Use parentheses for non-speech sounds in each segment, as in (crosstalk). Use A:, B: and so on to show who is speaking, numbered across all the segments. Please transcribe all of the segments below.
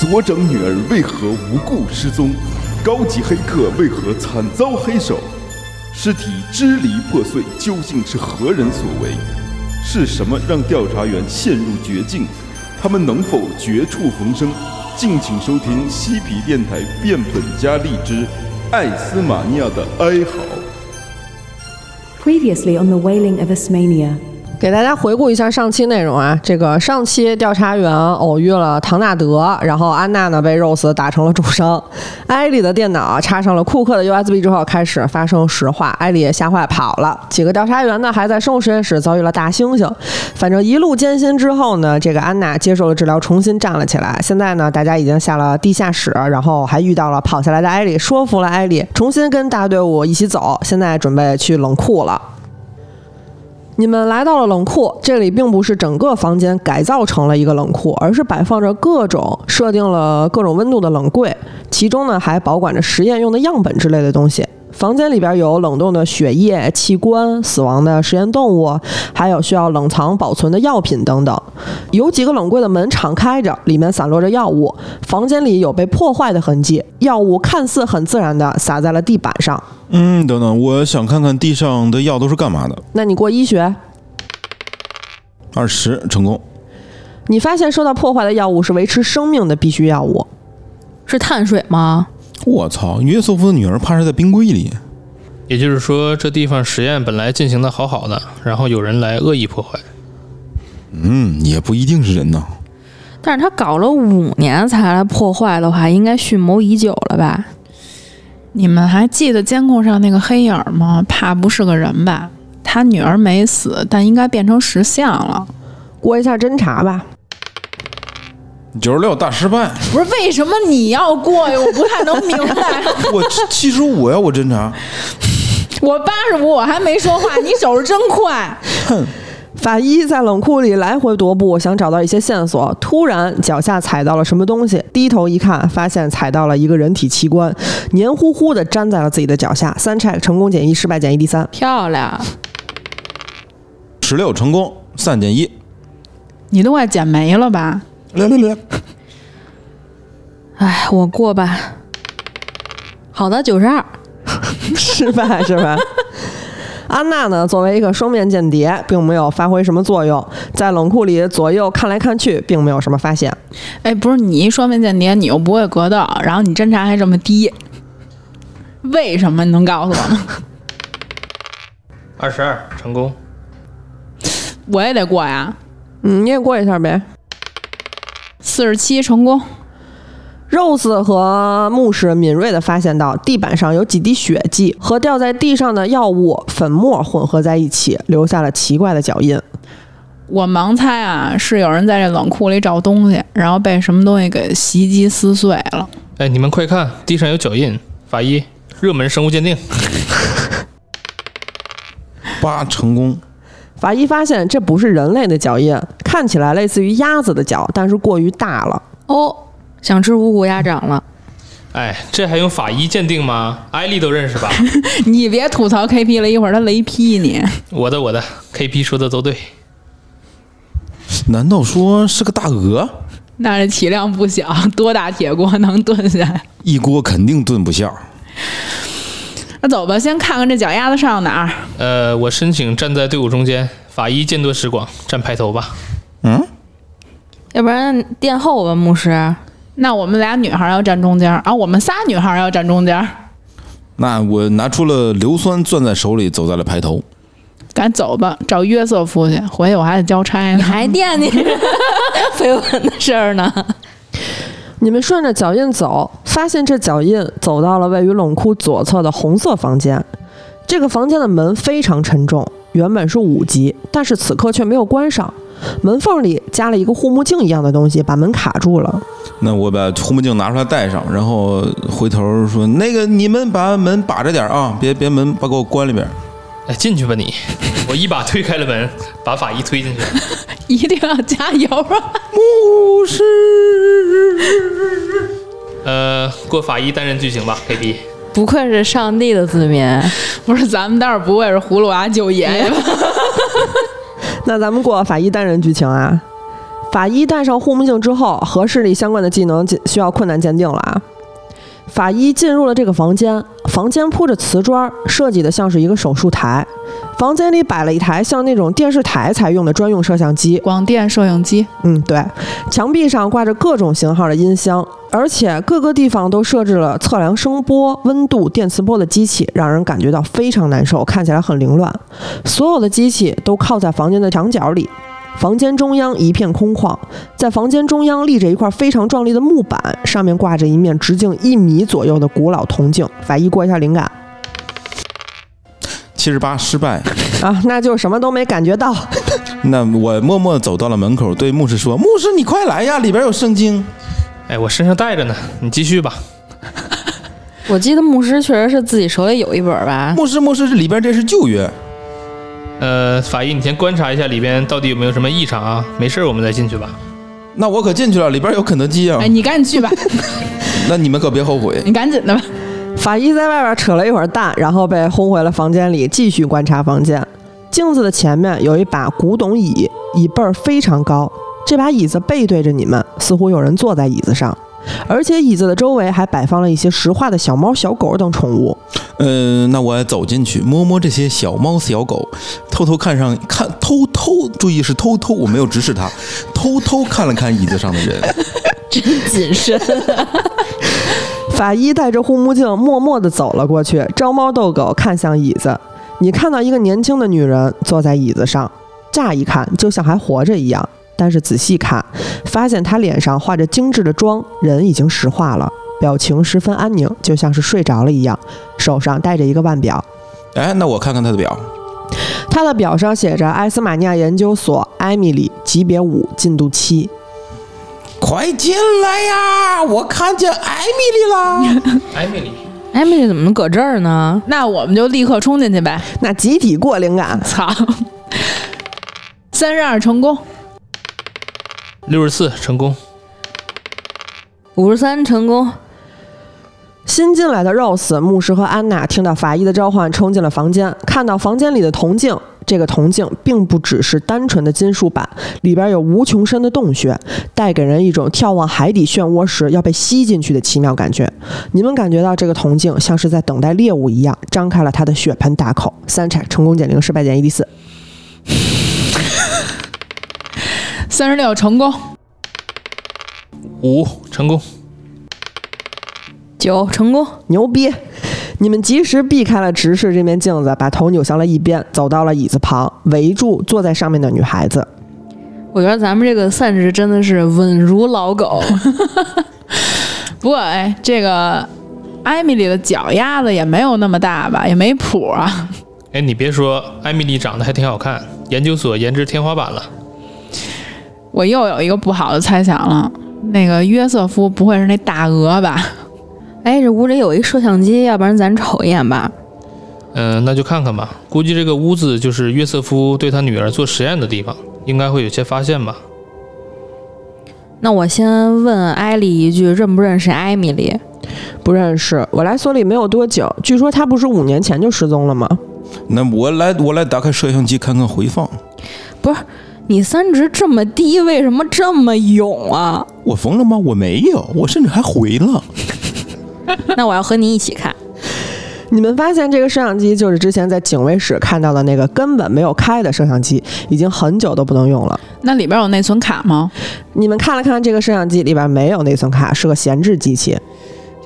A: 所长女儿为何无故失踪？高级黑客为何惨遭黑手？尸体支离破碎，究竟是何人所为？是什么让调查员陷入绝境？他们能否绝处逢生？敬请收听嬉皮电台变本加厉之《艾斯玛尼亚的哀嚎》。
B: Previously on the Wailing of Ismania.
C: 给大家回顾一下上期内容啊，这个上期调查员偶遇了唐纳德，然后安娜呢被 Rose 打成了重伤，艾莉的电脑插上了库克的 USB 之后开始发生石化，艾莉也吓坏跑了。几个调查员呢还在生物实验室遭遇了大猩猩，反正一路艰辛之后呢，这个安娜接受了治疗，重新站了起来。现在呢，大家已经下了地下室，然后还遇到了跑下来的艾莉，说服了艾莉，重新跟大队伍一起走。现在准备去冷库了。你们来到了冷库，这里并不是整个房间改造成了一个冷库，而是摆放着各种设定了各种温度的冷柜，其中呢还保管着实验用的样本之类的东西。房间里边有冷冻的血液、器官、死亡的实验动物，还有需要冷藏保存的药品等等。有几个冷柜的门敞开着，里面散落着药物。房间里有被破坏的痕迹，药物看似很自然的洒在了地板上。
D: 嗯，等等，我想看看地上的药都是干嘛的。
C: 那你过医学，
D: 二十成功，
C: 你发现受到破坏的药物是维持生命的必需药物。
E: 是碳水吗？
D: 我操！约瑟夫的女儿怕是在冰柜里。
F: 也就是说，这地方实验本来进行的好好的，然后有人来恶意破坏。
D: 嗯，也不一定是人呐。
E: 但是他搞了五年才来破坏的话，应该蓄谋已久了吧？
G: 你们还记得监控上那个黑影吗？怕不是个人吧？他女儿没死，但应该变成石像了。
C: 过一下侦查吧。
D: 九十六大失败。
G: 不是为什么你要过呀？我不太能明白。
D: (laughs) 我七十五呀，我侦查。
G: (laughs) 我八十五，我还没说话，你手是真快。
C: 法医在冷库里来回踱步，想找到一些线索。突然，脚下踩到了什么东西，低头一看，发现踩到了一个人体器官，黏糊糊的粘在了自己的脚下。三 check 成功减一，失败减一，第三。
E: 漂亮！
D: 十六成功，三减一。
G: 你都快捡没了吧？
D: 来来来，
E: 哎，我过吧。好的，九十二。
C: (laughs) 失败是吧？安娜呢，作为一个双面间谍，并没有发挥什么作用，在冷库里左右看来看去，并没有什么发现。
G: 哎，不是你一双面间谍，你又不会格斗，然后你侦查还这么低，为什么？你能告诉我吗？
F: 二十二成功，
G: (laughs) 我也得过呀，
C: 嗯，你也过一下呗。
G: 四十七成功。
C: Rose 和牧师敏锐地发现到地板上有几滴血迹，和掉在地上的药物粉末混合在一起，留下了奇怪的脚印。
G: 我盲猜啊，是有人在这冷库里找东西，然后被什么东西给袭击撕碎了。
F: 哎，你们快看，地上有脚印。法医，热门生物鉴定。
D: 八成功，
C: 法医发现这不是人类的脚印，看起来类似于鸭子的脚，但是过于大了。
E: 哦，想吃五谷鸭掌了。
F: 哎，这还用法医鉴定吗？艾丽都认 (laughs) 识吧？
G: 你别吐槽 KP 了，一会儿他雷劈你。
F: 我的我的，KP 说的都对。
D: 难道说是个大鹅？
G: 那这体量不小，多大铁锅能炖下？
D: 一锅肯定炖不下。
G: 那走吧，先看看这脚丫子上哪儿。
F: 呃，我申请站在队伍中间，法医见多识广，站排头吧。
D: 嗯，
E: 要不然垫后吧，牧师。 (laughs)
G: 那我们俩女孩要站中间儿啊，我们仨女孩要站中间儿。
D: 那我拿出了硫酸，攥在手里，走在了排头。
G: 赶走吧，找约瑟夫去，回去我还得交差
E: 你
G: 呢。
E: (laughs) 还惦记着绯闻的事儿呢？
C: 你们顺着脚印走，发现这脚印走到了位于冷库左侧的红色房间。这个房间的门非常沉重，原本是五级，但是此刻却没有关上，门缝里加了一个护目镜一样的东西，把门卡住了。
D: 那我把护目镜拿出来戴上，然后回头说：“那个，你们把门把着点啊，别别门把给我关里边。
F: 哎，进去吧你！ (laughs) 我一把推开了门，把法医推进去。
G: (laughs) 一定要加油啊！
D: 牧师，
F: 呃，过法医担任剧情吧，KP。
E: 不愧是上帝的子民。
G: 不是，咱们待会儿不会是葫芦娃救爷爷吧？
C: (laughs) 那咱们过法医单人剧情啊。法医戴上护目镜之后，合适力相关的技能进需要困难鉴定了啊。法医进入了这个房间，房间铺着瓷砖，设计的像是一个手术台。房间里摆了一台像那种电视台才用的专用摄像机，
G: 广电摄影机，
C: 嗯，对，墙壁上挂着各种型号的音箱，而且各个地方都设置了测量声波、温度、电磁波的机器，让人感觉到非常难受，看起来很凌乱。所有的机器都靠在房间的墙角里，房间中央一片空旷，在房间中央立着一块非常壮丽的木板，上面挂着一面直径一米左右的古老铜镜。法医过一下灵感
D: 七十八失败。
C: 啊，那就什么都没感觉到。
D: 那我默默走到了门口，对牧师说：“牧师，你快来呀，里边有圣经。
F: 哎，我身上带着呢，你继续吧。
E: 我记得牧师确实是自己手里有一本 (laughs) 吧，
D: 牧师，牧师，这里边这是旧约。
F: 呃，法医，你先观察一下里边到底有没有什么异常啊？没事儿，我们再进去吧。
D: 那我可进去了，里边有肯德基啊
G: 哎，。你赶紧去吧，
D: 那你们可别后悔。
G: 你赶紧的吧。
C: 法医在外边扯了一会儿蛋，然后被轰回了房间里，继续观察房间。镜子的前面有一把古董椅，椅背儿非常高。这把椅子背对着你们，似乎有人坐在椅子上，而且椅子的周围还摆放了一些石化的小猫、小狗等宠物。
D: 嗯，那我走进去摸摸这些小猫小狗，偷偷看上看，偷偷注意是偷偷，我没有直视它，偷偷看了看椅子上的人。
E: 真谨慎。
C: 法医戴着护目镜，默默地走了过去，招猫逗狗，看向椅子。你看到一个年轻的女人坐在椅子上，乍一看就像还活着一样，但是仔细看，发现她脸上画着精致的妆，人已经石化了，表情十分安宁，就像是睡着了一样，手上戴着一个腕表。
D: 哎，那我看看他的表，
C: 她的表上写着埃斯马尼亚研究所埃米里，级别五，进度七。
D: 快进来呀！我看见艾米丽啦。
F: 艾米丽，
E: 艾米丽哎怎么能搁这儿呢？
G: 那我们就立刻冲进去呗！
C: 那集体过灵感，
G: (laughs) 操，三十二成功，
F: 六十四成功，
E: 五十三成功，
C: 新进来的 Rose、牧师和安娜听到法医的召唤，冲进了房间，看到房间里的铜镜。这个铜镜并不只是单纯的金属板，里边有无穷深的洞穴，带给人一种眺望海底漩涡时要被吸进去的奇妙感觉。你们感觉到这个铜镜像是在等待猎物一样，张开了它的血盆大口。三产成功减零，失败减一，第四。
G: 三十六成功，
F: 五成功，
E: 九成功，
C: 牛逼！你们及时避开了直视这面镜子，把头扭向了一边，走到了椅子旁，围住坐在上面的女孩子。
E: 我觉得咱们这个散值真的是稳如老 (laughs) 狗。
G: 不过哎，这个艾米丽的脚丫子也没有那么大吧，也没谱啊。
F: 哎，你别说，艾米丽长得还挺好看，研究所颜值天花板了。
G: 我又有一个不好的猜想了，那个约瑟夫不会是那大鹅吧？
E: 哎，这屋里有一摄像机，要不然咱瞅一眼吧。
F: 嗯、那就看看吧。估计这个屋子就是约瑟夫对他女儿做实验的地方，应该会有些发现吧。
E: 那我先问艾丽一句，认不认识艾米丽？
C: 不认识。我来所里没有多久，据说他不是五年前就失踪了吗？
D: 那我来，我来打开摄像机看看回放。
E: 你三值这么低，为什么这么勇啊？
D: 我疯了吗？我没有，我甚至还回了。
E: 那我要和你一起看。
C: 你们发现这个摄像机就是之前在警卫室看到的那个根本没有开的摄像机，已经很久都不能用了。
G: 那里边有内存卡吗？
C: 你们看了看这个摄像机，里边没有内存卡，是个闲置机器。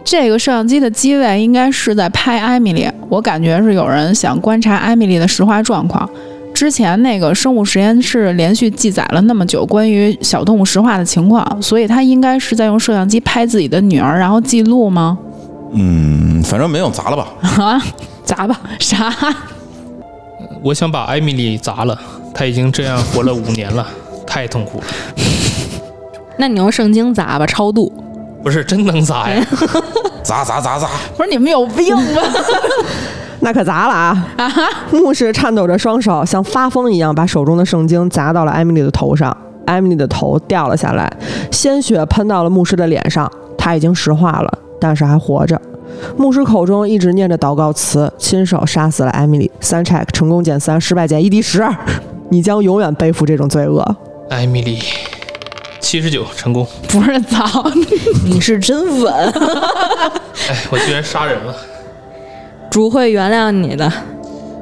G: 这个摄像机的机位应该是在拍艾米丽，我感觉是有人想观察艾米丽的石化状况。之前那个生物实验室连续记载了那么久关于小动物石化的情况，所以他应该是在用摄像机拍自己的女儿，然后记录 (laughs) 吗？
D: 嗯，反正没有砸了吧？
G: 啊，砸吧，啥？
F: 我想把艾米丽砸了，她已经这样活了五年了， (laughs) 太痛苦了。
E: 那你用圣经砸吧，超度。
F: 不是真能砸呀！
D: 砸砸砸砸！
G: 不是你们有病吧？
C: 那可砸了啊！牧师颤抖着双手，像发疯一样把手中的圣经砸到了艾米丽的头上。艾米丽的头掉了下来，鲜血喷到了牧师的脸上。他已经石化了，但是还活着。牧师口中一直念着祷告词，亲手杀死了艾米丽。三 check 成功减三，失败减一滴十。你将永远背负这种罪恶。
F: 艾米丽，七十九成功。
G: 不是
E: (laughs)
G: 早，
E: 你是真稳，
F: 哎，我居然杀人了！
E: 主会原谅你的。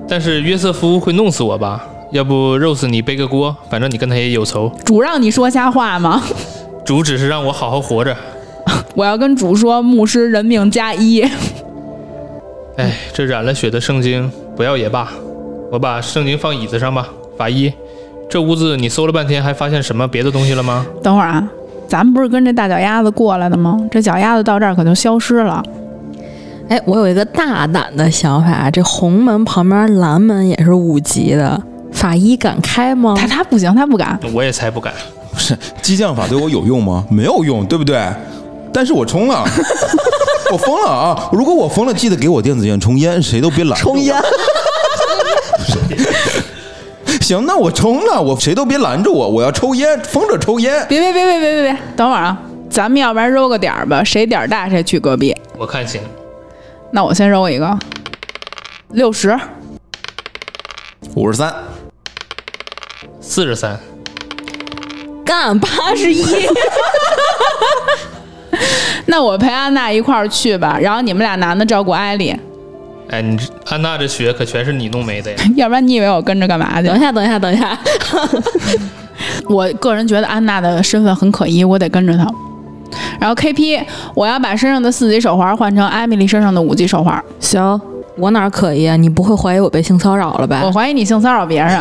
F: 但是约瑟夫会弄死我吧？要不 Rose 你背个锅，反正你跟他也有仇。
G: (laughs) 主让你说瞎话吗？
F: 主只是让我好好活着。
G: 我要跟主说，牧师人命加一。
F: 哎，这染了血的圣经不要也罢，我把圣经放椅子上吧。法医，这屋子你搜了半天，还发现什么别的东西了吗？
G: (laughs) 等会儿啊，咱们不是跟这大脚丫子过来的吗？这脚丫子到这儿可就消失了。
E: 哎，我有一个大胆的想法，这红门旁边蓝门也是五级的，法医敢开吗？
G: 他他不行，他不敢。
F: 我也才不敢。
D: 不是激将法对我有用吗？没有用，对不对？但是我冲了，我疯了啊！如果我疯了，记得给我电子烟抽烟，谁都别拦。
C: 抽烟。
D: 行，那我冲了，我谁都别拦着我，我要抽烟，疯着抽烟。
G: 别别别别别别别，等会儿啊，咱们要不然揉个点儿吧，谁点儿大谁去隔壁。
F: 我看行，
G: 那我先揉一个，六十，
D: 五十三，
F: 四十三，
E: 干八十 (laughs) 一，
G: 那我陪安娜一块儿去吧，然后你们俩男的照顾艾丽，
F: 哎，你这安娜这血可全是你弄没的呀！
G: 要不然你以为我跟着干嘛去
E: 等？一下，等一下，等一下，
G: 我个人觉得安娜的身份很可疑，我得跟着她。然后 KP，我要把身上的四级手环换成艾米丽身上的五级手环。
C: 行，
E: 我哪儿可疑啊？你不会怀疑我被性骚扰了吧
G: 我？怀疑你性骚扰别人，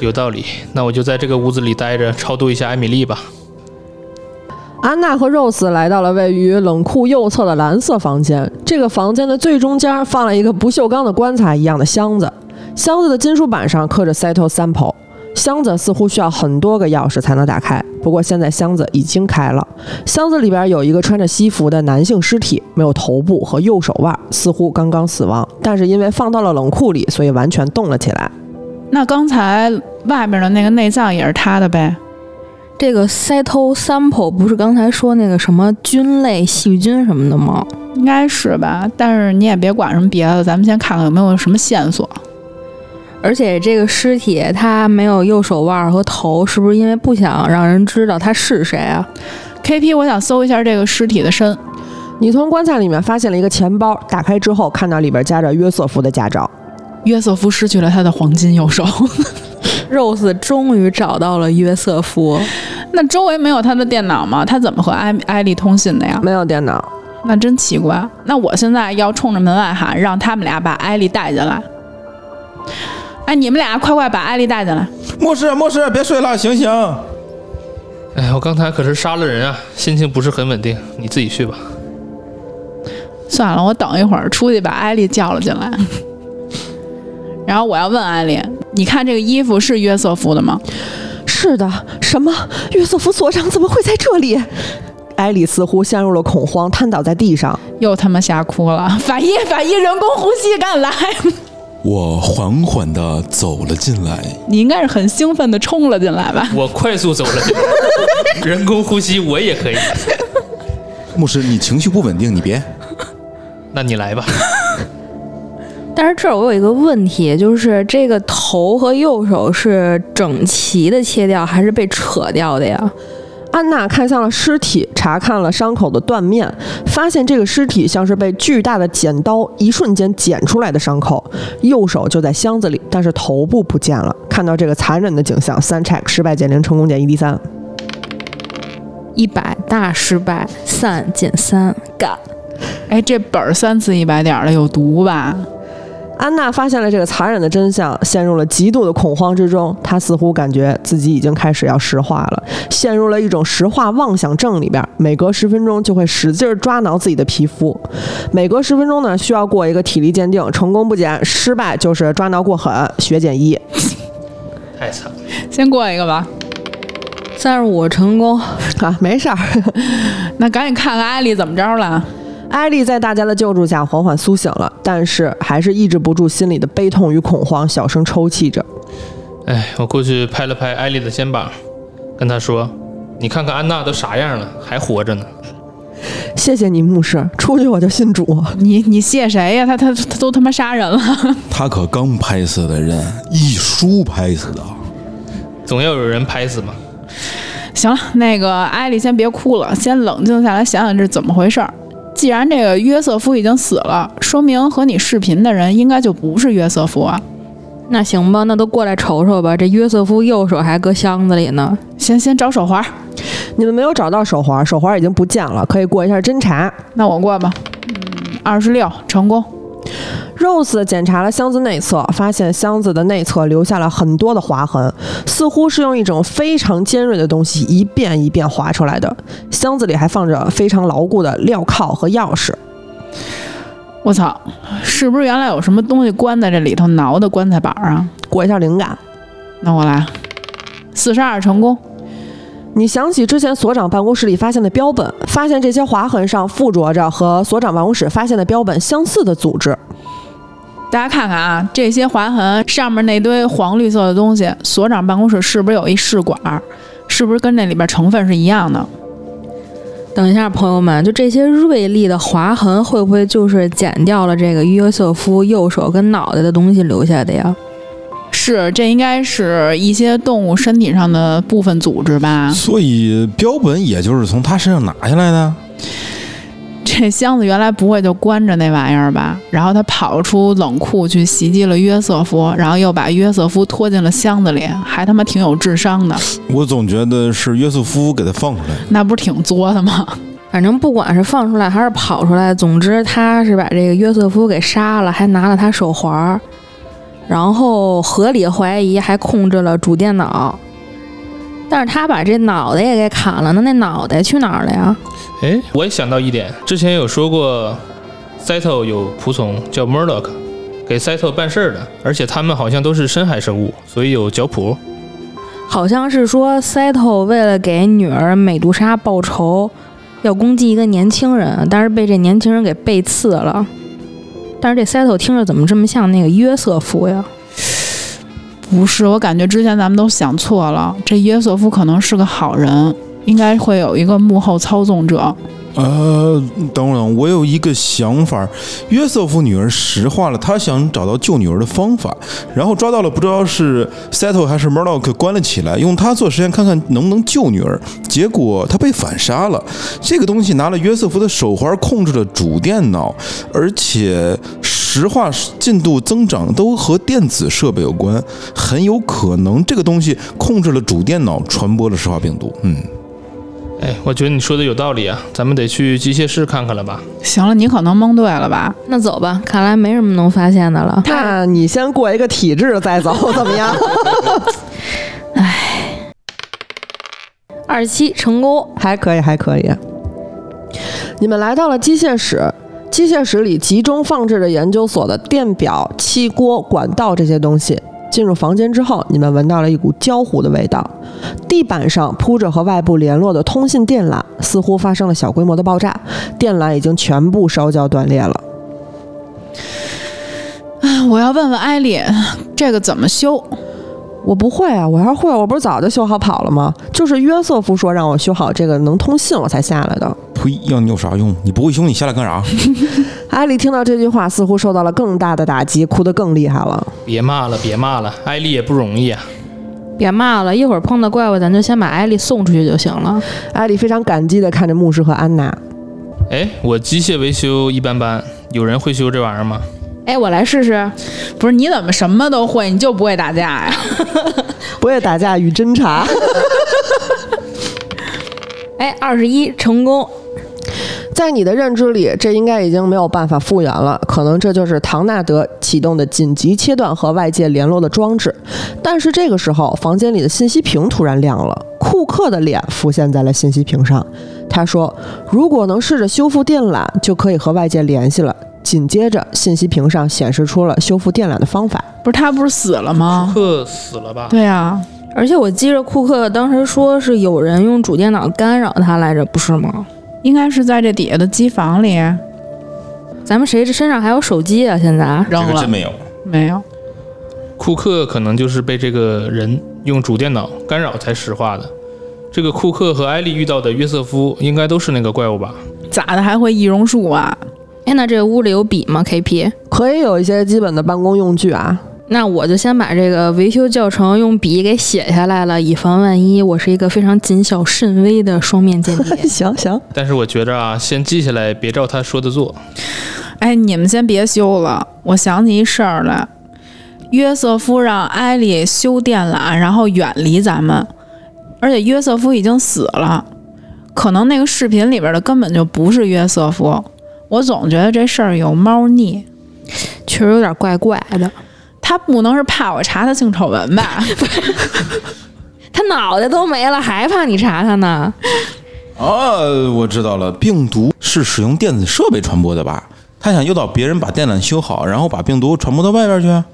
F: 有道理，那我就在这个屋子里待着，超度一下艾米丽吧。
C: 安娜和 Rose 来到了位于冷库右侧的蓝色房间。这个房间的最中间放了一个不锈钢的棺材一样的箱子，箱子的金属板上刻着 Settle Sample。箱子似乎需要很多个钥匙才能打开，不过现在箱子已经开了。箱子里边有一个穿着西服的男性尸体，没有头部和右手腕，似乎刚刚死亡，但是因为放到了冷库里，所以完全冻了起来。
G: 那刚才外面的那个内脏也是他的呗？
E: 这个 settle sample 不是刚才说那个什么菌类细菌什么的吗？
G: 应该是吧，但是你也别管什么别的，咱们先看看有没有什么线索。
E: 而且这个尸体它没有右手腕和头，是不是因为不想让人知道他是谁啊？
G: KP，我想搜一下这个尸体的身，
C: 你从棺材里面发现了一个钱包，打开之后看到里边夹着约瑟夫的驾照。
G: 约瑟夫失去了他的黄金右手， (laughs)
E: Rose 终于找到了约瑟夫，
G: 那周围没有他的电脑吗？他怎么和艾艾丽通信的呀？
C: 没有电脑，
G: 那真奇怪。那我现在要冲着门外喊，让他们俩把艾丽带进来。哎，你们俩快快把艾丽带进来！
D: 末世，末世，别睡了，醒醒。
F: 哎，我刚才可是杀了人啊，心情不是很稳定，你自己去吧。
G: 算了，我等一会儿出去把艾丽叫了进来。 (laughs) 然后我要问艾丽，你看这个衣服是约瑟夫的吗？
C: 是的，什么？约瑟夫所长怎么会在这里？埃里似乎陷入了恐慌，瘫倒在地上。
G: 又他妈吓哭了！法医，法医，人工呼吸，赶紧来！
D: 我缓缓地走了进来，
G: 你应该是很兴奋的冲了进来吧？
F: 我快速走了 (laughs) 进来，人工呼吸我也可以。
D: 牧师，你情绪不稳定，你别。
F: 那你来吧。
E: 但是这儿我有一个问题，就是这个头和右手是整齐的切掉，还是被扯掉的呀？
C: 安娜看向了尸体，查看了伤口的断面，发现这个尸体像是被巨大的剪刀一瞬间剪出来的伤口。右手就在箱子里，但是头部不见了。看到这个残忍的景象，三 check 失败减零，成功减一 d 三。
E: 一百大失败，三减三，干！
G: 哎，这本儿三次一百点儿了，有毒吧？
C: 安娜发现了这个残忍的真相，陷入了极度的恐慌之中。她似乎感觉自己已经开始要石化了，陷入了一种石化妄想症里边。每隔十分钟就会使劲儿抓挠自己的皮肤，每隔十分钟呢需要过一个体力鉴定，成功不减，失败就是抓挠过狠，血减一。
F: 太惨了，
G: 先过一个吧。
E: 三十五成功，
C: 啊，没事儿。 (laughs)
G: 那赶紧看看艾丽怎么着了。
C: 艾丽在大家的救助下缓缓苏醒了，但是还是抑制不住心里的悲痛与恐慌，小声抽泣着。
F: 哎，我过去拍了拍艾丽的肩膀，跟她说：“你看看安娜都啥样了，还活着呢。
C: 谢谢你，牧师，出去我就信主。
G: 你你谢谁呀、他他他都他妈杀人了！ (laughs)
D: 他可刚拍死的人，一书拍死的。
F: 总要有人拍死嘛。”
G: 行了，那个艾莉先别哭了，先冷静下来想想这是怎么回事儿。既然这个约瑟夫已经死了，说明和你视频的人应该就不是约瑟夫啊。
E: 那行吧，那都过来瞅瞅吧。这约瑟夫右手还搁箱子里呢。
G: 先先找手环儿，
C: 你们没有找到手环，手环已经不见了，可以过一下侦查。
G: 那我过吧。嗯，二十六成功。
C: Rose 检查了箱子内侧，发现箱子的内侧留下了很多的划痕，似乎是用一种非常尖锐的东西一遍一遍划出来的。箱子里还放着非常牢固的镣铐和钥匙。
G: 我操，是不是原来有什么东西关在这里头挠的棺材板儿啊？
C: 过一下灵感，
G: 那我来，四十二成功。
C: 你想起之前所长办公室里发现的标本，发现这些划痕上附着着和所长办公室发现的标本相似的组织。
G: 大家看看啊，这些划痕上面那堆黄绿色的东西，所长办公室是不是有一试管儿？是不是跟那里边成分是一样的？
E: 等一下，朋友们，就这些锐利的划痕，会不会就是剪掉了这个约瑟夫右手跟脑袋的东西留下的呀？
G: 是，这应该是一些动物身体上的部分组织吧？
D: 所以标本也就是从他身上拿下来的。
G: 这箱子原来不会就关着那玩意儿吧？然后他跑出冷库去袭击了约瑟夫，然后又把约瑟夫拖进了箱子里，还他妈挺有智商的，
D: 我总觉得是约瑟夫给他放出来的。
G: 那不是挺作的吗？
E: 反正不管是放出来还是跑出来，总之他是把这个约瑟夫给杀了，还拿了他手环儿，然后合理怀疑还控制了主电脑。但是他把这脑袋也给砍了，那那脑袋去哪儿了呀？
F: 哎，我也想到一点，之前有说过，Seto 有仆从叫 Murloc，给 Seto 办事儿的，而且他们好像都是深海生物，所以有脚蹼。
E: 好像是说 Seto 为了给女儿美杜莎报仇，要攻击一个年轻人，但是被这年轻人给背刺了。但是这 Seto 听着怎么这么像那个约瑟夫呀？
G: 不是，我感觉之前咱们都想错了，这约瑟夫可能是个好人，应该会有一个幕后操纵者。
D: 呃，等会儿我有一个想法，约瑟夫女儿石化了，他想找到救女儿的方法，然后抓到了不知道是 Settle 还是 Murdoch 关了起来，用它做实验看看能不能救女儿，结果他被反杀了。这个东西拿了约瑟夫的手环控制了主电脑，而且石化进度增长都和电子设备有关，很有可能这个东西控制了主电脑，传播了石化病毒。嗯。
F: 哎，我觉得你说的有道理啊，咱们得去机械室看看了吧？
G: 行了，你可能蒙对了吧？
E: 那走吧，看来没什么能发现的了。
C: 那你先过一个体质再走，怎么样？
E: 二十七成功，
C: 还可以，还可以。你们来到了机械室，机械室里集中放置着研究所的电表、气锅、管道这些东西。进入房间之后，你们闻到了一股焦糊的味道，地板上铺着和外部联络的通信电缆，似乎发生了小规模的爆炸，电缆已经全部烧焦断裂了。
G: 哎，我要问问艾丽，这个怎么修？
C: 我不会啊，我要会，我不是早就修好跑了吗？就是约瑟夫说让我修好这个能通信，我才下来的。
D: 呸！要你有啥用？你不会凶，你下来干啥？
C: 艾丽听到这句话，似乎受到了更大的打击，哭得更厉害了。
F: 别骂了，别骂了，艾丽也不容易啊。
E: 别骂了，一会儿碰到怪物，咱就先把艾丽送出去就行了。
C: 艾丽非常感激地看着牧师和安娜。
F: 哎，我机械维修一般般，有人会修这玩意儿吗？
E: 哎，我来试试。
G: 不是你怎么什么都会，你就不会打架呀？
C: 不会打架与侦查。
E: 哎，二十一成功。
C: (laughs) 在你的认知里，这应该已经没有办法复原了，可能这就是唐纳德启动的紧急切断和外界联络的装置。但是这个时候，房间里的信息屏突然亮了，库克的脸浮现在了信息屏上。他说：“如果能试着修复电缆，就可以和外界联系了。”紧接着，信息屏上显示出了修复电缆的方法。
G: 不是他不是死了吗？
F: (laughs) 克死了吧？
G: 啊对呀、
E: 而且我记着库克当时说是有人用主电脑干扰他来着，不是吗？
G: 应该是在这底下的机房里
E: 咱们谁这身上还有手机啊？现在
G: 扔了，
D: 没有。
G: 没有。
F: 库克可能就是被这个人用主电脑干扰才石化的。这个库克和艾丽遇到的约瑟夫应该都是那个怪物吧？
G: 咋的还会易容术啊？
E: 哎，那这屋里有笔吗？KP
C: (laughs) 可以有一些基本的办公用具啊，。
E: 那我就先把这个维修教程用笔给写下来了，以防万一。我是一个非常谨小慎微的双面间谍
C: (laughs) 行行，
F: 但是我觉着啊，先记下来，别照他说的做。
G: 哎，你们先别修了，我想起一事儿来。约瑟夫让埃利修电缆，然后远离咱们，而且约瑟夫已经死了，可能那个视频里边的根本就不是约瑟夫。我总觉得这事儿有猫腻，
E: 确实有点怪怪的。
G: 他不能是怕我查他性丑闻吧？
E: 他脑袋都没了，还怕你查他呢？
D: 啊，我知道了，病毒是使用电子设备传播的吧？他想诱导别人把电缆修好，然后把病毒传播到外边去啊。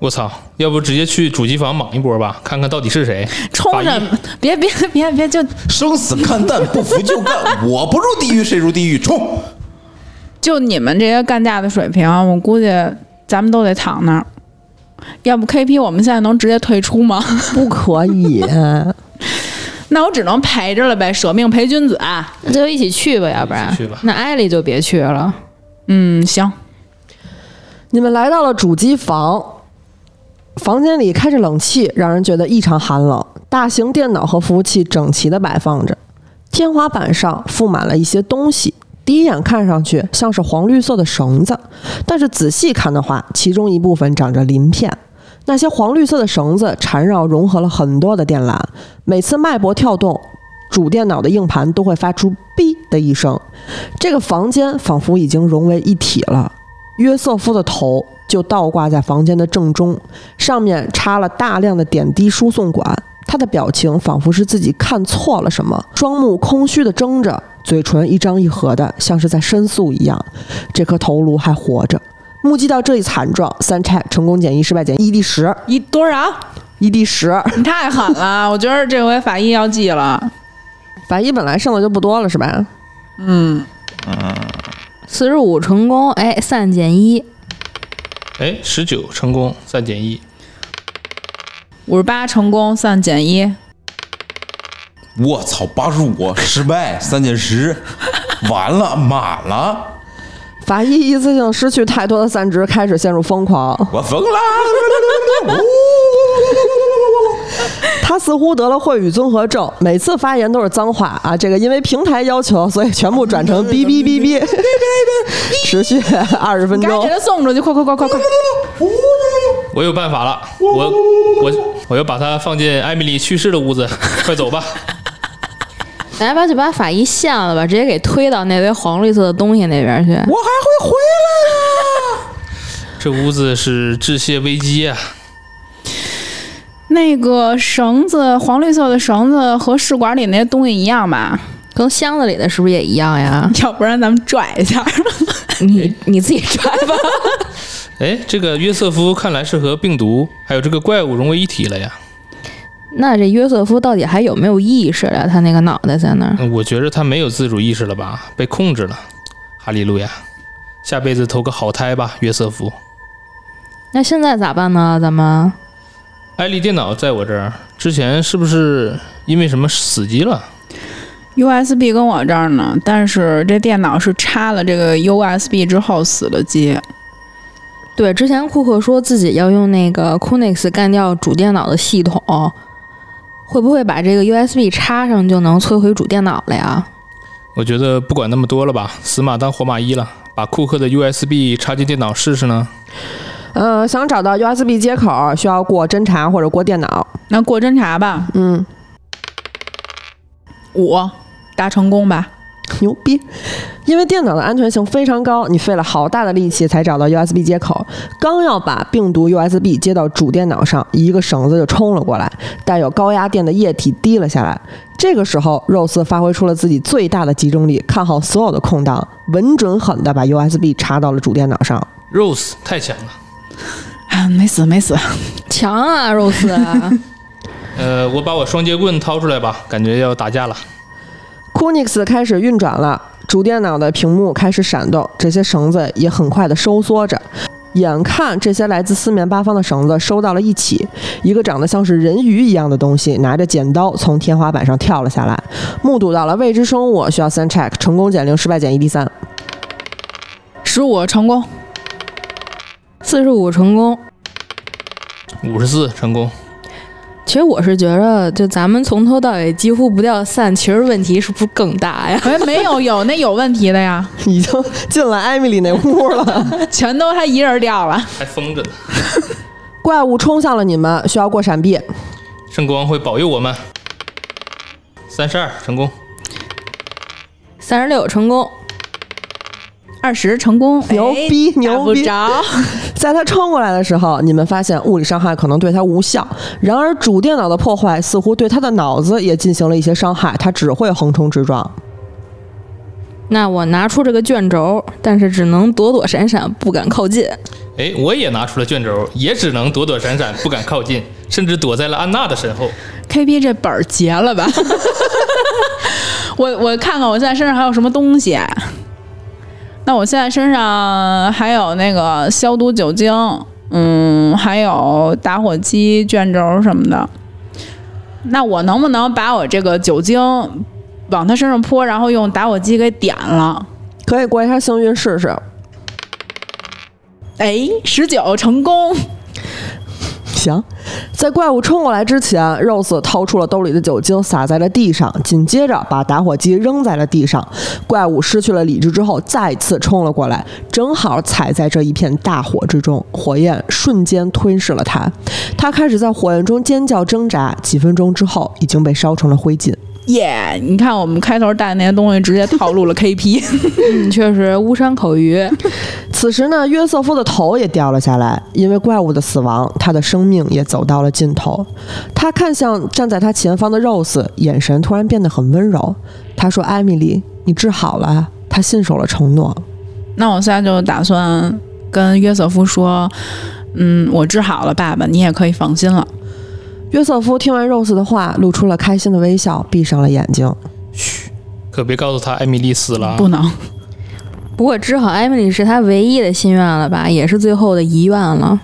F: 我操，要不直接去主机房莽一波吧，看看到底是谁。
G: 冲着
F: 法医
G: 别别别别就
D: 生死看淡，不服就干，我不入地狱谁入地狱？冲！
G: 就你们这些干架的水平，我估计咱们都得躺那儿。要不 KP 我们现在能直接退出吗？
C: 不可以。
G: 那我只能陪着了呗，舍命陪君子啊。
E: 那就一起去吧，要不然
F: 一起去吧
E: 那艾丽就别去了。
G: 嗯，行，
C: 你们来到了主机房，房间里开着冷气，让人觉得异常寒冷。大型电脑和服务器整齐地摆放着，天花板上覆满了一些东西。第一眼看上去像是黄绿色的绳子，但是仔细看的话，其中一部分长着鳞片。那些黄绿色的绳子缠绕融合了很多的电缆，每次脉搏跳动，主电脑的硬盘都会发出“哔”的一声。这个房间仿佛已经融为一体了。约瑟夫的头就倒挂在房间的正中，上面插了大量的点滴输送管。他的表情仿佛是自己看错了什么，双目空虚地睁着，嘴唇一张一合的，像是在申诉一样。这颗头颅还活着。目击到这一惨状，三拆成功减一，失败减一，一 d 十，
G: 一多少？
C: 一 d 十。
G: 你太狠了，我觉得这回法医要记了。
C: 法医本来剩的就不多了，是吧？
G: 嗯，
E: 四十五成功，哎，散减一，
F: 哎，十九成功，三减一。
G: 五十八成功，散减一。
D: 我操，八十五失败，三减十，完了，满了，
C: 法医一次性失去太多的散值，开始陷入疯狂。
D: 我疯了！
C: (laughs) 他似乎得了秽语综合症，每次发言都是脏话啊！这个因为平台要求，所以全部转成哔哔哔哔，持续二十分
G: 你赶紧
C: 钟
G: 给。他送出去，快快快快快！
F: 我有办法了，我我我要把它放进艾米丽去世的屋子，快走吧。
E: 来吧，就把法医献了吧，直接给推到那堆黄绿色的东西那边去。
D: 我还会回来呀！
F: 这屋子是致谢危机啊！
G: (laughs) 那个绳子，黄绿色的绳子和试管里那些东西一样吧？
E: 跟箱子里的是不是也一样呀？
G: (laughs) 要不然咱们拽一 (laughs) 下。
E: 你你自己拽吧。
F: 哎，这个约瑟夫看来是和病毒还有这个怪物融为一体了呀。
E: 那这约瑟夫到底还有没有意识了？他那个脑袋在那儿。
F: (laughs) 嗯我觉着他没有自主意识了吧，被控制了。哈利路亚！下辈子投个好胎吧，约瑟夫。
E: 那现在咋办呢？咱们
F: 艾丽电脑在我这儿，之前是不是因为什么死机了？
G: USB 跟我这儿呢，但是这电脑是插了这个 USB 之后死的机。
E: 对之前库克说自己要用那个 Unix 干掉主电脑的系统，会不会把这个 USB 插上就能摧毁主电脑了呀？
F: 我觉得不管那么多了吧，死马当活马医了。把库克的 USB 插进电脑试试呢？
C: 呃，想找到 USB 接口，需要过侦查或者过电脑。
G: 那过侦查吧，
C: 嗯，
G: 五大成功吧。
C: (laughs) 牛逼！因为电脑的安全性非常高，你费了好大的力气才找到 USB 接口。刚要把病毒 USB 接到主电脑上，一个绳子就冲了过来，带有高压电的液体滴了下来。这个时候，Rose 发挥出了自己最大的集中力，看好所有的空档，稳准狠地把 USB 插到了主电脑上。
F: Rose 太强了，
G: 啊，没死没死，
E: 强啊，Rose！
F: 呃，我把我双截棍掏出来吧，感觉要打架了。
C: Kunix 开始运转了，主电脑的屏幕开始闪动，这些绳子也很快的收缩着。眼看这些来自四面八方的绳子收到了一起，一个长得像是人鱼一样的东西拿着剪刀从天花板上跳了下来，目睹到了未知生物，需要三 check，成功减零，失败减一 d 三。
G: 十五成功，
E: 四十五成功，
F: 五十四成功。
E: 其实我是觉得，就咱们从头到尾几乎不掉散，其实问题是不是更大呀？
G: 哎， (laughs) 没有，有那有问题的呀，
C: 已经进了艾米丽那屋了。
G: 全都他一人掉了。
F: 还疯着呢。
C: 怪物冲向了你们，需要过闪避。
F: 圣光会保佑我们。三十二成功，
E: 三十六成功，
G: 二十成功，
C: 牛
E: 哎
C: 逼
E: 打
C: 牛
E: 不
C: 逼
G: (laughs)
E: 着。
C: 在他冲过来的时候，你们发现物理伤害可能对他无效，然而主电脑的破坏似乎对他的脑子也进行了一些伤害，他只会横冲直撞。
E: 那我拿出这个卷轴，但是只能躲躲闪闪，不敢靠近。
F: 哎，我也拿出了卷轴，也只能躲躲闪闪，不敢靠 (laughs) 近，甚至躲在了安娜的身后。
G: KP 这本儿结了吧？ (laughs) 我我看看我现在身上还有什么东西。那我现在身上还有那个消毒酒精，嗯，还有打火机、卷轴什么的。那我能不能把我这个酒精往他身上泼，然后用打火机给点了？
C: 可以过一下幸运试试，
G: 哎，十九成功，
C: 行，在怪物冲过来之前，Rose 掏出了兜里的酒精，洒在了地上，紧接着把打火机扔在了地上。怪物失去了理智之后，再次冲了过来，正好踩在这一片大火之中，火焰瞬间吞噬了它。它开始在火焰中尖叫挣扎，几分钟之后已经被烧成了灰烬。
G: 耶、你看我们开头带的那些东西，直接套路了 KP。
E: 嗯，确实无伤口于。
C: 此时呢，约瑟夫的头也掉了下来，因为怪物的死亡，他的生命也走到了尽头。他看向站在他前方的 Rose，眼神突然变得很温柔。他说：“艾米丽，你治好了啊。”他信守了承诺。
G: 那我现在就打算跟约瑟夫说，嗯，我治好了，爸爸，你也可以放心了。
C: 约瑟夫听完 Rose 的话，露出了开心的微笑，闭上了眼睛。
F: 可别告诉他艾米丽死了啊。
G: 不能，
E: 不过治好艾米丽是他唯一的心愿了吧，也是最后的遗愿了。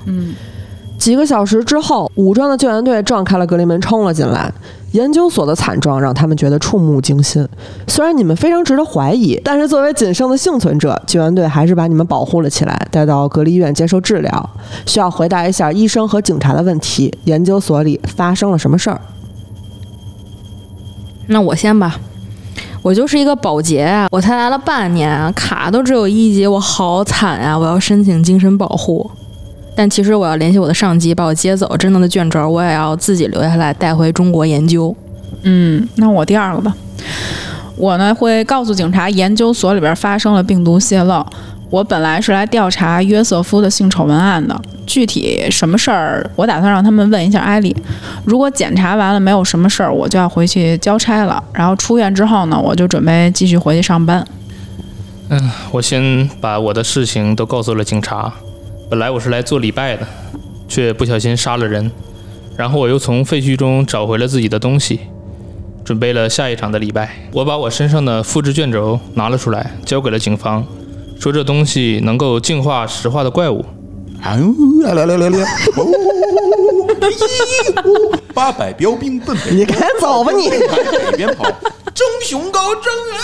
C: 几个小时之后，武装的救援队撞开了隔离门，冲了进来。研究所的惨状让他们觉得触目惊心。虽然你们非常值得怀疑，但是作为仅剩的幸存者，救援队还是把你们保护了起来，带到隔离医院接受治疗。需要回答一下医生和警察的问题：研究所里发生了什么事儿？
E: 那我先吧，我就是一个保洁啊，我才来了半年啊，卡都只有一级，我好惨啊！我要申请精神保护，但其实我要联系我的上级把我接走，真正的卷轴我也要自己留下来带回中国研究。
G: 嗯，那我第二个吧。我呢会告诉警察，研究所里边发生了病毒泄漏。我本来是来调查约瑟夫的性丑闻案的，具体什么事儿，我打算让他们问一下艾丽。如果检查完了没有什么事儿，我就要回去交差了。然后出院之后呢，我就准备继续回去上班。
F: 我先把我的事情都告诉了警察。本来我是来做礼拜的，却不小心杀了人。然后我又从废墟中找回了自己的东西，准备了下一场的礼拜。我把我身上的复制卷轴拿了出来，交给了警方，说这东西能够净化石化的怪物。
D: 哎呦，来来来来来，哦咦哦八百标兵奔北，
C: 你赶紧走吧你
D: 往北边跑，争雄高，争啊！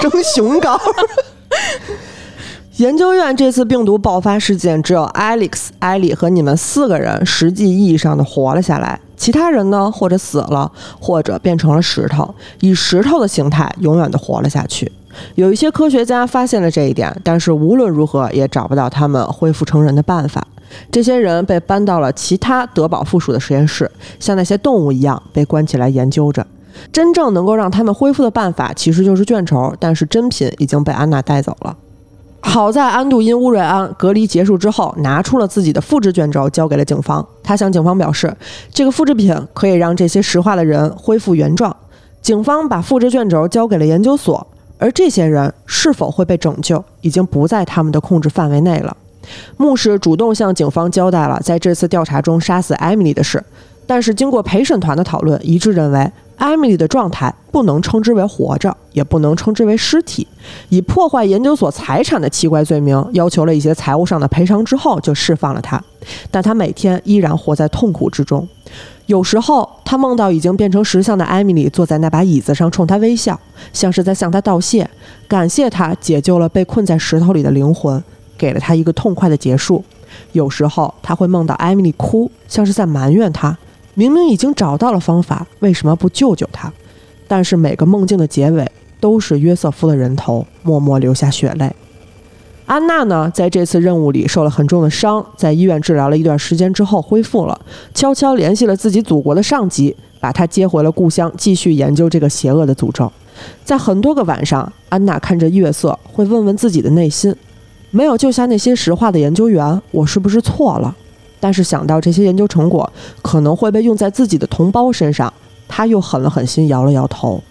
C: (laughs) 蒸熊膏。研究院这次病毒爆发事件，只有 Alex、艾莉和你们四个人实际意义上的活了下来，其他人呢，或者死了，或者变成了石头，以石头的形态永远的活了下去。有一些科学家发现了这一点，但是无论如何也找不到他们恢复成人的办法。这些人被搬到了其他德保附属的实验室，像那些动物一样被关起来研究着。真正能够让他们恢复的办法其实就是卷轴，但是真品已经被安娜带走了。好在安度因乌瑞安隔离结束之后，拿出了自己的复制卷轴交给了警方。他向警方表示，这个复制品可以让这些石化的人恢复原状。警方把复制卷轴交给了研究所，而这些人是否会被拯救，已经不在他们的控制范围内了。牧师主动向警方交代了在这次调查中杀死艾米丽的事，但是经过陪审团的讨论，一致认为艾米丽的状态不能称之为活着，也不能称之为尸体。以破坏研究所财产的奇怪罪名，要求了一些财务上的赔偿之后，就释放了他。但他每天依然活在痛苦之中。有时候，他梦到已经变成石像的艾米丽坐在那把椅子上，冲他微笑，像是在向他道谢，感谢他解救了被困在石头里的灵魂，给了他一个痛快的结束。有时候他会梦到艾米丽哭，像是在埋怨他，明明已经找到了方法，为什么不救救他？但是每个梦境的结尾都是约瑟夫的人头默默流下血泪。安娜呢，在这次任务里受了很重的伤，在医院治疗了一段时间之后恢复了，悄悄联系了自己祖国的上级，把她接回了故乡，继续研究这个邪恶的诅咒。在很多个晚上，安娜看着月色，会问问自己的内心：没有救下那些石化的研究员，我是不是错了？但是想到这些研究成果可能会被用在自己的同胞身上，她又狠了狠心摇了摇头。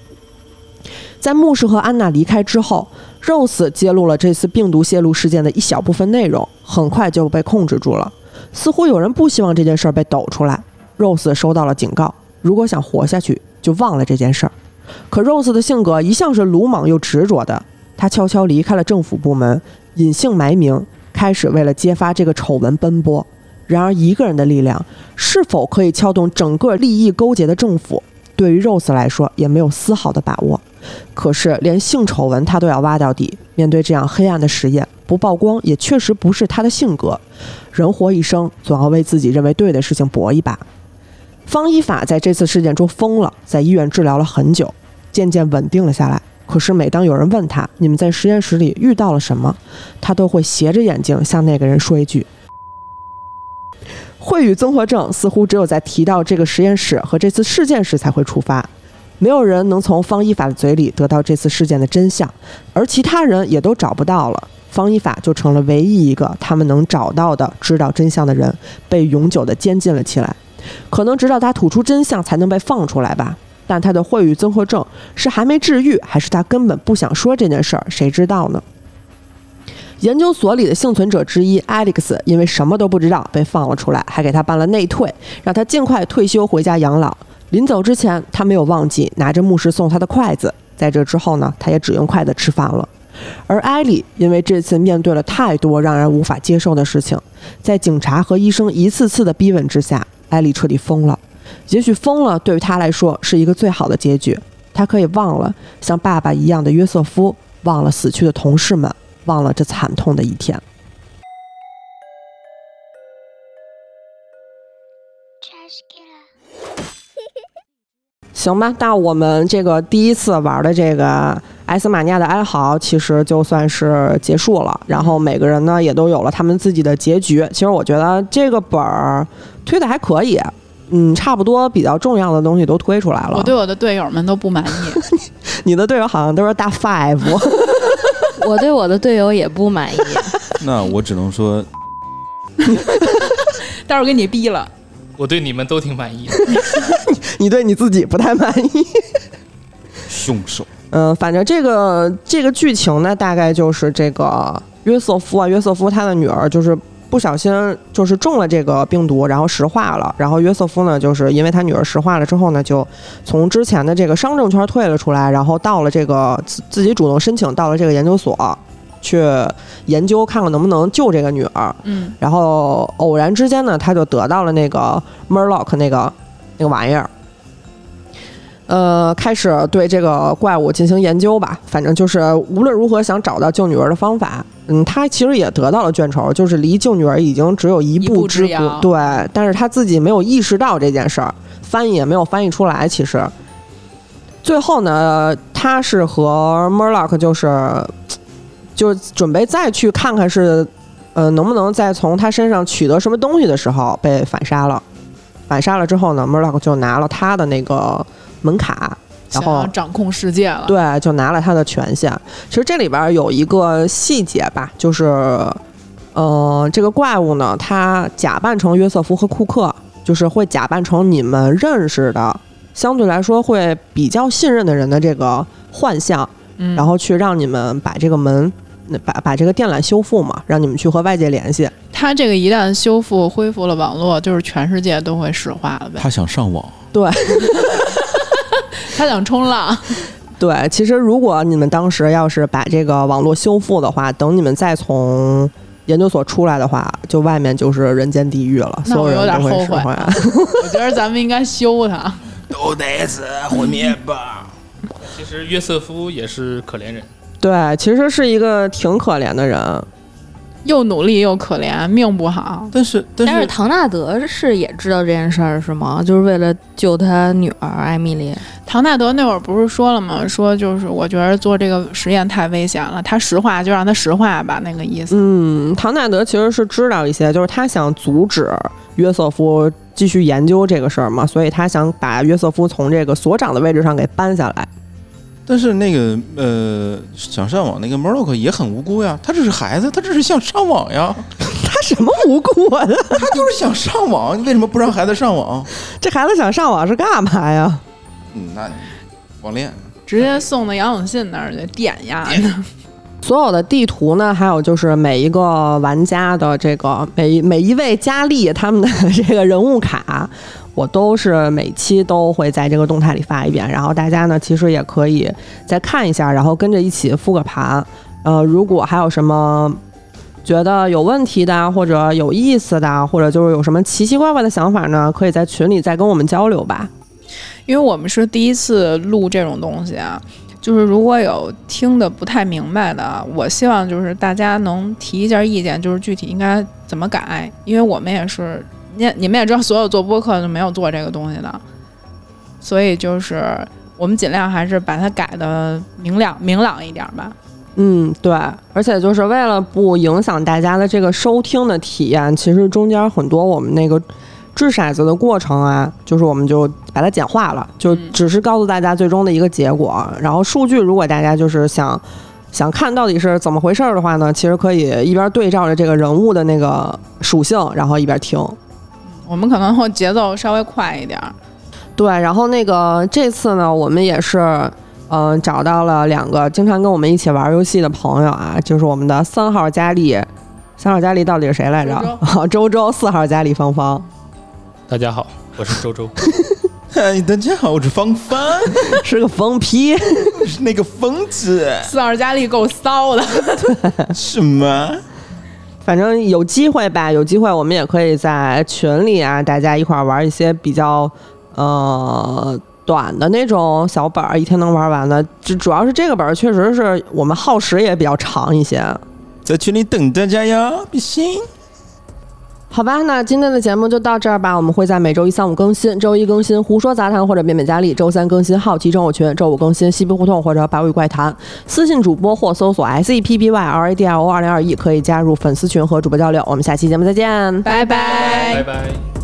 C: 在牧师和安娜离开之后，Rose 揭露了这次病毒泄露事件的一小部分内容，很快就被控制住了。似乎有人不希望这件事儿被抖出来。Rose 收到了警告，如果想活下去，就忘了这件事儿。可 Rose 的性格一向是鲁莽又执着的，她悄悄离开了政府部门，隐姓埋名，开始为了揭发这个丑闻奔波。然而，一个人的力量是否可以撬动整个利益勾结的政府，对于 Rose 来说也没有丝毫的把握。可是，连性丑闻她都要挖到底，面对这样黑暗的实验，不曝光也确实不是她的性格。人活一生，总要为自己认为对的事情搏一把。方一法在这次事件中疯了，在医院治疗了很久，渐渐稳定了下来。可是每当有人问他你们在实验室里遇到了什么，他都会斜着眼睛向那个人说一句。会语综合症似乎只有在提到这个实验室和这次事件时才会触发，没有人能从方一法的嘴里得到这次事件的真相，而其他人也都找不到了。方一法就成了唯一一个他们能找到的知道真相的人，被永久的监禁了起来。可能直到他吐出真相才能被放出来吧。但他的秽语综合症是还没治愈，还是他根本不想说这件事儿，谁知道呢？研究所里的幸存者之一 Alex 因为什么都不知道被放了出来，还给他办了内退，让他尽快退休回家养老。临走之前，他没有忘记拿着牧师送他的筷子。在这之后呢，他也只用筷子吃饭了。而艾莉因为这次面对了太多让人无法接受的事情，在警察和医生一次次的逼问之下，艾莉彻底疯了。也许疯了对于她来说是一个最好的结局，她可以忘了像爸爸一样的约瑟夫，忘了死去的同事们，忘了这惨痛的一天。
H: Trash killer.
C: 行吧，那我们这个第一次玩的这个艾斯玛尼亚的哀嚎，其实就算是结束了。然后每个人呢也都有了他们自己的结局。其实我觉得这个本儿推的还可以，嗯，差不多比较重要的东西都推出来了。
G: 我对我的队友们都不满意。
C: 你的队友好像都是大 five，
E: (laughs)
C: (laughs)
E: 我对我的队友也不 (laughs) 满意。
D: 那我只能说，
G: (laughs) 待会儿给你逼了。
F: 我对你们都挺满意 (laughs) 的。
C: 你对你自己不太满意。
D: 凶手
C: 嗯，反正这个这个剧情呢，大概就是这个约瑟夫啊，约瑟夫他的女儿就是不小心就是中了这个病毒，然后石化了。然后约瑟夫呢，就是因为他女儿石化了之后呢，就从之前的这个商政圈退了出来，然后到了这个自自己主动申请到了这个研究所。去研究看看能不能救这个女儿，
G: 嗯，
C: 然后偶然之间呢，他就得到了那个 Murloc 那个那个玩意儿，呃，开始对这个怪物进行研究吧。反正就是无论如何想找到救女儿的方法。嗯，他其实也得到了卷轴，就是离救女儿已经只有一
G: 一
C: 步
G: 步
C: 之
G: 之
C: 隔
G: 遥。
C: 对，但是他自己没有意识到这件事儿，翻译也没有翻译出来。其实最后呢，他是和 Murloc 就是就准备再去看看是，呃，能不能再从他身上取得什么东西的时候被反杀了。反杀了之后呢，Murloc 就拿了他的那个门卡，然
G: 想
C: 后
G: 要掌控世界了。
C: 对，就拿了他的权限。其实这里边有一个细节吧，就是，呃，这个怪物呢，他假扮成约瑟夫和库克，就是会假扮成你们认识的，相对来说会比较信任的人的这个幻象，
G: 嗯，
C: 然后去让你们把这个门。那把把这个电缆修复嘛，让你们去和外界联系。
G: 它这个一旦修复恢复了网络，就是全世界都会石化了呗。
D: 他想上网，
G: 他想冲浪，
C: 对，其实如果你们当时要是把这个网络修复的话，等你们再从研究所出来的话，就外面就是人间地狱了，
G: 那
C: 所
G: 我有
C: 人
G: 点
C: 都会
G: 后
C: 释
G: 悔
C: 怀。 (laughs)
G: 啊。我觉得咱们应该修它。
D: 都得死，毁灭吧！
F: 其实约瑟夫也是可怜人，
C: 对，其实是一个挺可怜的人。
G: 又努力又可怜，命不好。
D: 但是但
E: 但是
D: 是
E: 唐纳德是也知道这件事儿是吗？就是为了救他女儿艾米丽。
G: 唐纳德那会儿不是说了吗？说就是我觉得做这个实验太危险了，他实话就让他实话吧，那个意思。
C: 嗯，唐纳德其实是知道一些，就是嗯他想阻止约瑟夫继续研究这个事儿嘛，所以他想把约瑟夫从这个所长的位置上给搬下来。
D: 但是那个呃，想上网那个 Murdoch 也很无辜呀，他只是孩子，他只是想上网呀，
C: (laughs) 他什么无辜啊？
D: 他就是想上网，你为什么不让孩子上网？
C: 这孩子想上网是干嘛呀？
D: 嗯，那你网恋
G: 直接送到杨永信那儿去点呀，
C: 所有的地图呢，还有就是每一个玩家的这个每每一位佳丽他们的这个人物卡，我都是每期都会在这个动态里发一遍，然后大家呢其实也可以再看一下，然后跟着一起复个盘。呃，如果还有什么觉得有问题的，啊或者有意思的，啊或者就是有什么奇奇怪怪的想法呢，可以在群里再跟我们交流吧。
G: 因为我们是第一次录这种东西啊。就是如果有听的不太明白的啊，我希望就是大家能提一下意见，就是具体应该怎么改，因为我们也是，你你们也知道，所有做播客就没有做这个东西的，所以就是我们尽量还是把它改的明亮明朗一点吧。
C: 嗯，对，而且就是为了不影响大家的这个收听的体验，其实中间很多我们那个掷骰子的过程啊，就是我们就把它简化了，就
G: 嗯
C: 只是告诉大家最终的一个结果。然后数据，如果大家就是想想看到底是怎么回事儿的话呢，其实可以一边对照着这个人物的那个属性，然后一边听。
G: 我们可能会节奏稍微快一点儿，
C: 对，然后那个这次呢，我们也是，嗯、找到了两个经常跟我们一起玩游戏的朋友啊，就是我们的三号佳丽，三号佳丽到底是谁来着？啊，周周，四号佳丽芳 (laughs) 芳，
F: 大家好，我是周周。
D: 嗨，大家好，我是芳芳，
C: 是个疯批。
D: 我 (laughs) 是那个疯子，
G: 四号佳丽够骚的。
D: 什么？
C: 反正有机会吧，有机会我们也可以在群里啊，大家一块儿玩一些比较呃短的那种小本儿，一天能玩完的。这主要是这个本儿确实是我们耗时也比较长一些。
D: 在群里等大家呀，比心。
C: 好吧，那今天的节目就到这儿吧。我们会在每周一、三、五更新，周一更新《胡说杂谈》或者《变本加厉》，周三更新《好奇症友群》，周五更新《西部胡同》或者《百鬼怪谈》。私信主播或搜索 S E P P Y R A D I O 二零二一，可以加入粉丝群和主播交流。我们下期节目再见，
G: 拜拜
F: 拜拜。